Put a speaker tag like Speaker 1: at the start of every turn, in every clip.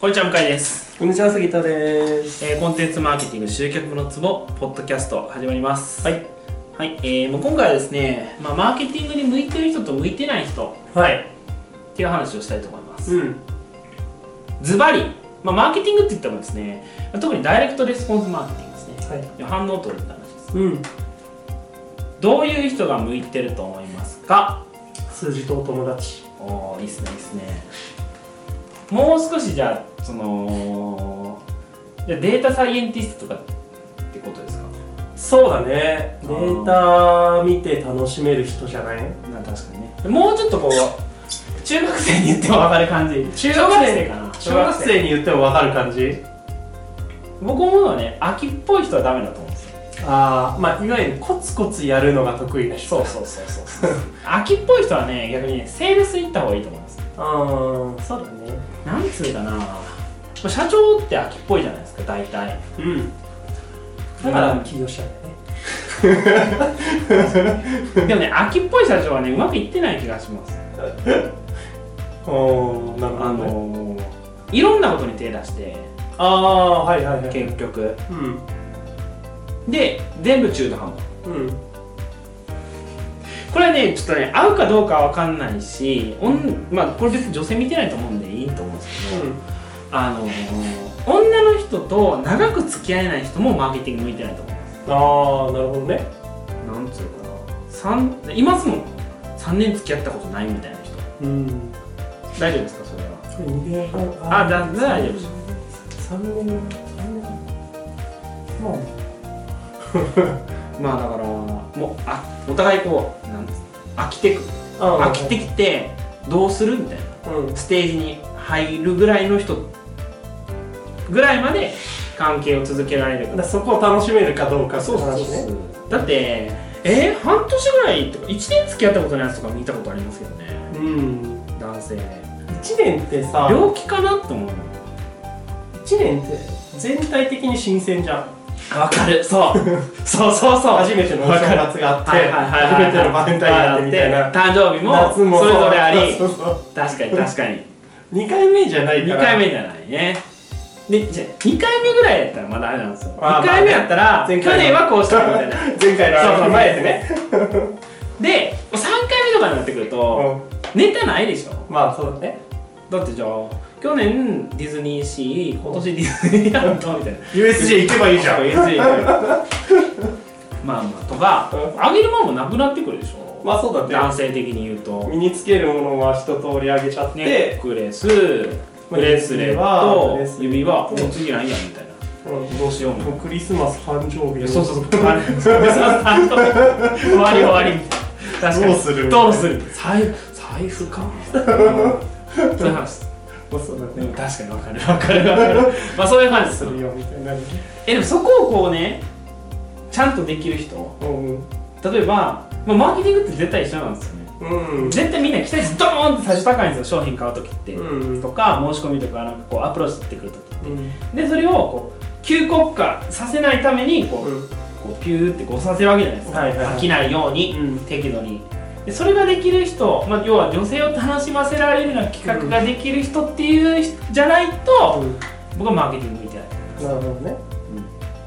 Speaker 1: こんにちは向井です、
Speaker 2: こんにちは杉田です。
Speaker 1: えーコンテンツマーケティング集客のツボポッドキャスト始まります
Speaker 2: はい、
Speaker 1: はい、えーもう今回はですね、まあ、マーケティングに向いてる人と向いてない人
Speaker 2: はい、
Speaker 1: っていう話をしたいと思います
Speaker 2: うん、
Speaker 1: ズバリ、まあ、マーケティングって言ってもですね特にダイレクトレスポンスマーケティングですね
Speaker 2: はい、
Speaker 1: 反応取るって話です
Speaker 2: うん、
Speaker 1: どういう人が向いてると思いますか
Speaker 2: 数字とお友達。
Speaker 1: おーいいっすねいいっすねもう少しじゃあそのじゃあデータサイエンティストとかってことですか
Speaker 2: そうだね。
Speaker 1: あー
Speaker 2: データ見て楽しめる人じゃない？
Speaker 1: まあ確かにねもうちょっとこう中学生に言っても分かる感じ
Speaker 2: 中学生
Speaker 1: 小学生かな
Speaker 2: 小学生に言ってもわかる感じ？
Speaker 1: 僕思うのはね秋っぽい人はダメだと思うんですよ
Speaker 2: ああ、まあいわゆるコツコツやるのが得意な人。
Speaker 1: そうそうそうそうそう秋っぽい人はね逆にねセールス行った方がいいと思います
Speaker 2: ああ、そうだね。
Speaker 1: なんつうかなまあ社長って秋っぽいじゃないですか大体
Speaker 2: うん。
Speaker 1: だ
Speaker 2: だ
Speaker 1: か
Speaker 2: からら起業者だよね。
Speaker 1: で もね秋っぽい社長はねうまくいってない気がします
Speaker 2: おお、なる
Speaker 1: あ
Speaker 2: ほどね。
Speaker 1: のーいろんなことに手出して
Speaker 2: ああ、はいはいはい。
Speaker 1: 結局
Speaker 2: うん、
Speaker 1: で全部中途半端
Speaker 2: うん、
Speaker 1: これはねちょっとね合うかどうかは分かんないしおん、まあ、これ別に女性見てないと思うんでいいと思うんですけど、あのー女の人と長く付き合えない人もマーケティング向いてないと思います
Speaker 2: ああ、なるほどね。
Speaker 1: なんつうかな三いますもん3年付き合ったことないみたいな人
Speaker 2: うん。
Speaker 1: 大丈夫ですかそれは
Speaker 2: これ二年半
Speaker 1: あだ大丈夫です
Speaker 2: 三年三年まあ
Speaker 1: まあだからもうあお互いこうなんつう飽きてく
Speaker 2: あ
Speaker 1: 飽きてきてどうするみたいな
Speaker 2: うん
Speaker 1: ステージに入るぐらいの人ぐらいまで関係を続けられるか
Speaker 2: だからそこを楽しめるかどうかって
Speaker 1: そうそう
Speaker 2: 話
Speaker 1: そう
Speaker 2: ね
Speaker 1: だってえー、半年ぐらいとか1年付き合ったことないやつとか見たことありますけどね
Speaker 2: うん
Speaker 1: 男性
Speaker 2: 1年ってさ
Speaker 1: 病気かなって思う
Speaker 2: 1年って全体的に新鮮じゃん
Speaker 1: わかるそうそうそうそう
Speaker 2: 初めてのお正月があって
Speaker 1: はいはいはい
Speaker 2: 初
Speaker 1: はい
Speaker 2: めてのバレンタインがあってみたいな
Speaker 1: 誕生日
Speaker 2: 夏
Speaker 1: も
Speaker 2: も
Speaker 1: それぞれあり
Speaker 2: そうそう
Speaker 1: 確かに確かに
Speaker 2: 2回目じゃないか
Speaker 1: 2
Speaker 2: ら
Speaker 1: 回目じゃないねでじゃ2回目ぐらいやったらまだあれなんですよ
Speaker 2: まあまあ
Speaker 1: 2回目やったら去
Speaker 2: 前回の
Speaker 1: 年はこうしたみたいな
Speaker 2: 前回 の
Speaker 1: そう
Speaker 2: あ
Speaker 1: そう
Speaker 2: の前でね
Speaker 1: で3回目とかになってくるとネタないでしょ
Speaker 2: うんまあそうだね
Speaker 1: だってじゃあ去年ディズニーシー今年ディズニーランドみたいな
Speaker 2: USJ 行けばいいじゃん
Speaker 1: USJ まあまあとか
Speaker 2: うん
Speaker 1: あげるもんもなくなってくるでしょ、
Speaker 2: まあそうだね
Speaker 1: 男性的に言うと
Speaker 2: 身につけるものは一通りあげちゃっ
Speaker 1: ネ
Speaker 2: て
Speaker 1: ックレスブレスレッ
Speaker 2: ブレスレッ
Speaker 1: ト
Speaker 2: ト
Speaker 1: 指輪もう次ないやみたいな
Speaker 2: うん
Speaker 1: どうしようみたい
Speaker 2: もうクリスマス誕生日
Speaker 1: な
Speaker 2: の
Speaker 1: そうそうそう終わり終わり終わりみたいな確かに
Speaker 2: どうする
Speaker 1: どうする財財布か うんそういう話です
Speaker 2: そうだ
Speaker 1: で
Speaker 2: ね
Speaker 1: も確かにわかるわかるわかるまあそういう感じですすよ
Speaker 2: るよみたいなね
Speaker 1: えでもそこをこうねちゃんとできる人
Speaker 2: うん
Speaker 1: 例えば、まあ、マーケティングって絶対一緒なんですよね
Speaker 2: うん
Speaker 1: 絶対みんな期待値ドーンって最初高いんですよ商品買う時って、
Speaker 2: うん
Speaker 1: とか申し込みとかなんかこうアプローチしてくる時
Speaker 2: うん
Speaker 1: でそれをこう急降下させないためにこう,、こうピューってこうさせるわけじゃないですか、
Speaker 2: はいはいはい
Speaker 1: 飽きないように、
Speaker 2: うん
Speaker 1: 適度にでそれができる人、まあ、要は女性を楽しませられるような企画ができる人っていう人じゃないと、僕はマーケティング向いてない
Speaker 2: なるほどね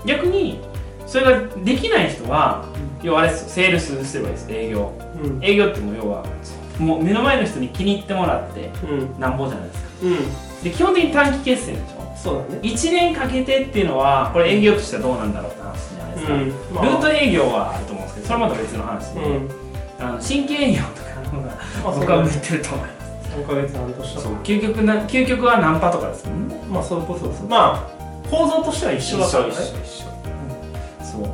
Speaker 1: 逆にそれができない人は、
Speaker 2: う
Speaker 1: 要はあれですよセールスすればいいです営業
Speaker 2: うん
Speaker 1: 営業ってもう要はもう目の前の人に気に入ってもらって
Speaker 2: うん
Speaker 1: なんぼじゃないですか
Speaker 2: うん
Speaker 1: で基本的に短期決戦でしょ
Speaker 2: そうだね
Speaker 1: 1年かけてっていうのはこれ営業としてはどうなんだろうって話じゃないですか、
Speaker 2: うんまあ
Speaker 1: ルート営業はあると思うんですけどそれはまた別の話で、
Speaker 2: うん
Speaker 1: あの新規営業とかの方が
Speaker 2: まあ
Speaker 1: 僕は向いてると思います
Speaker 2: 3ヶ月半年とか
Speaker 1: 究極な究極はナンパとかですもんね
Speaker 2: まあそれこそそうまあ構造としては一緒だからね
Speaker 1: 一緒一緒、そう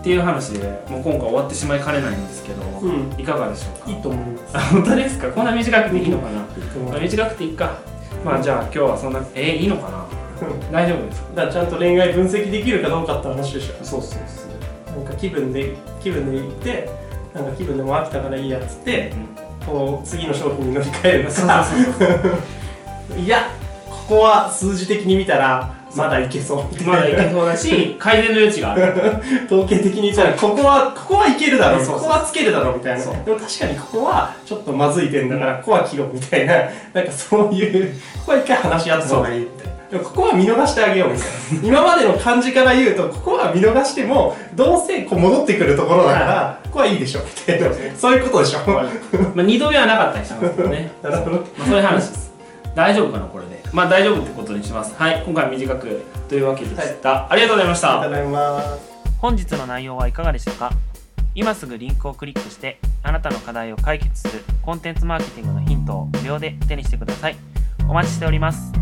Speaker 1: っていう話でもう今回終わってしまいかねないんですけど、
Speaker 2: うん
Speaker 1: いかがでしょうか
Speaker 2: いいと思います
Speaker 1: あ本当ですかこんな短くていいのかな、
Speaker 2: いいと
Speaker 1: ま
Speaker 2: 思
Speaker 1: あ
Speaker 2: いま
Speaker 1: 短くていいかまあじゃあ今日はそんなえー、いいのかな
Speaker 2: すうん
Speaker 1: 大丈夫 ですか
Speaker 2: だからちゃんと恋愛分析できるかどうかって話でし
Speaker 1: そうそうそう
Speaker 2: ょなんか気分で気分で行ってなんか気分でも飽きたからいいやっつってこう次の商品に乗り換えるの
Speaker 1: そう
Speaker 2: さ
Speaker 1: そうそうそう
Speaker 2: いやここは数字的に見たらまだいけそうみたいな
Speaker 1: まだいけそうだし改善の余地がある
Speaker 2: 統計的にじゃあここはここはいけるだろう
Speaker 1: そうそう
Speaker 2: ここはつけるだろうみたいな
Speaker 1: そう
Speaker 2: でも確かにここはちょっとまずい点だからここは切ろうみたいななんかそういうここは一回話し合った方がいいみたいなでもここは見逃してあげようみたいな今までの感じから言うとここは見逃してもどうせこう戻ってくるところだからここはいいでしょみたいなそういうことでしょな
Speaker 1: まあ二度目はなかったりしたんですけどね
Speaker 2: るほど
Speaker 1: まあ、そういう話です大丈夫かなこれでまあ大丈夫ってことにしますはい今回は短くというわけでした、ありがとうございました
Speaker 2: ただいます
Speaker 1: 本日の内容はいかがでしたか今すぐリンクをクリックしてあなたの課題を解決するコンテンツマーケティングのヒントを無料で手にしてくださいお待ちしております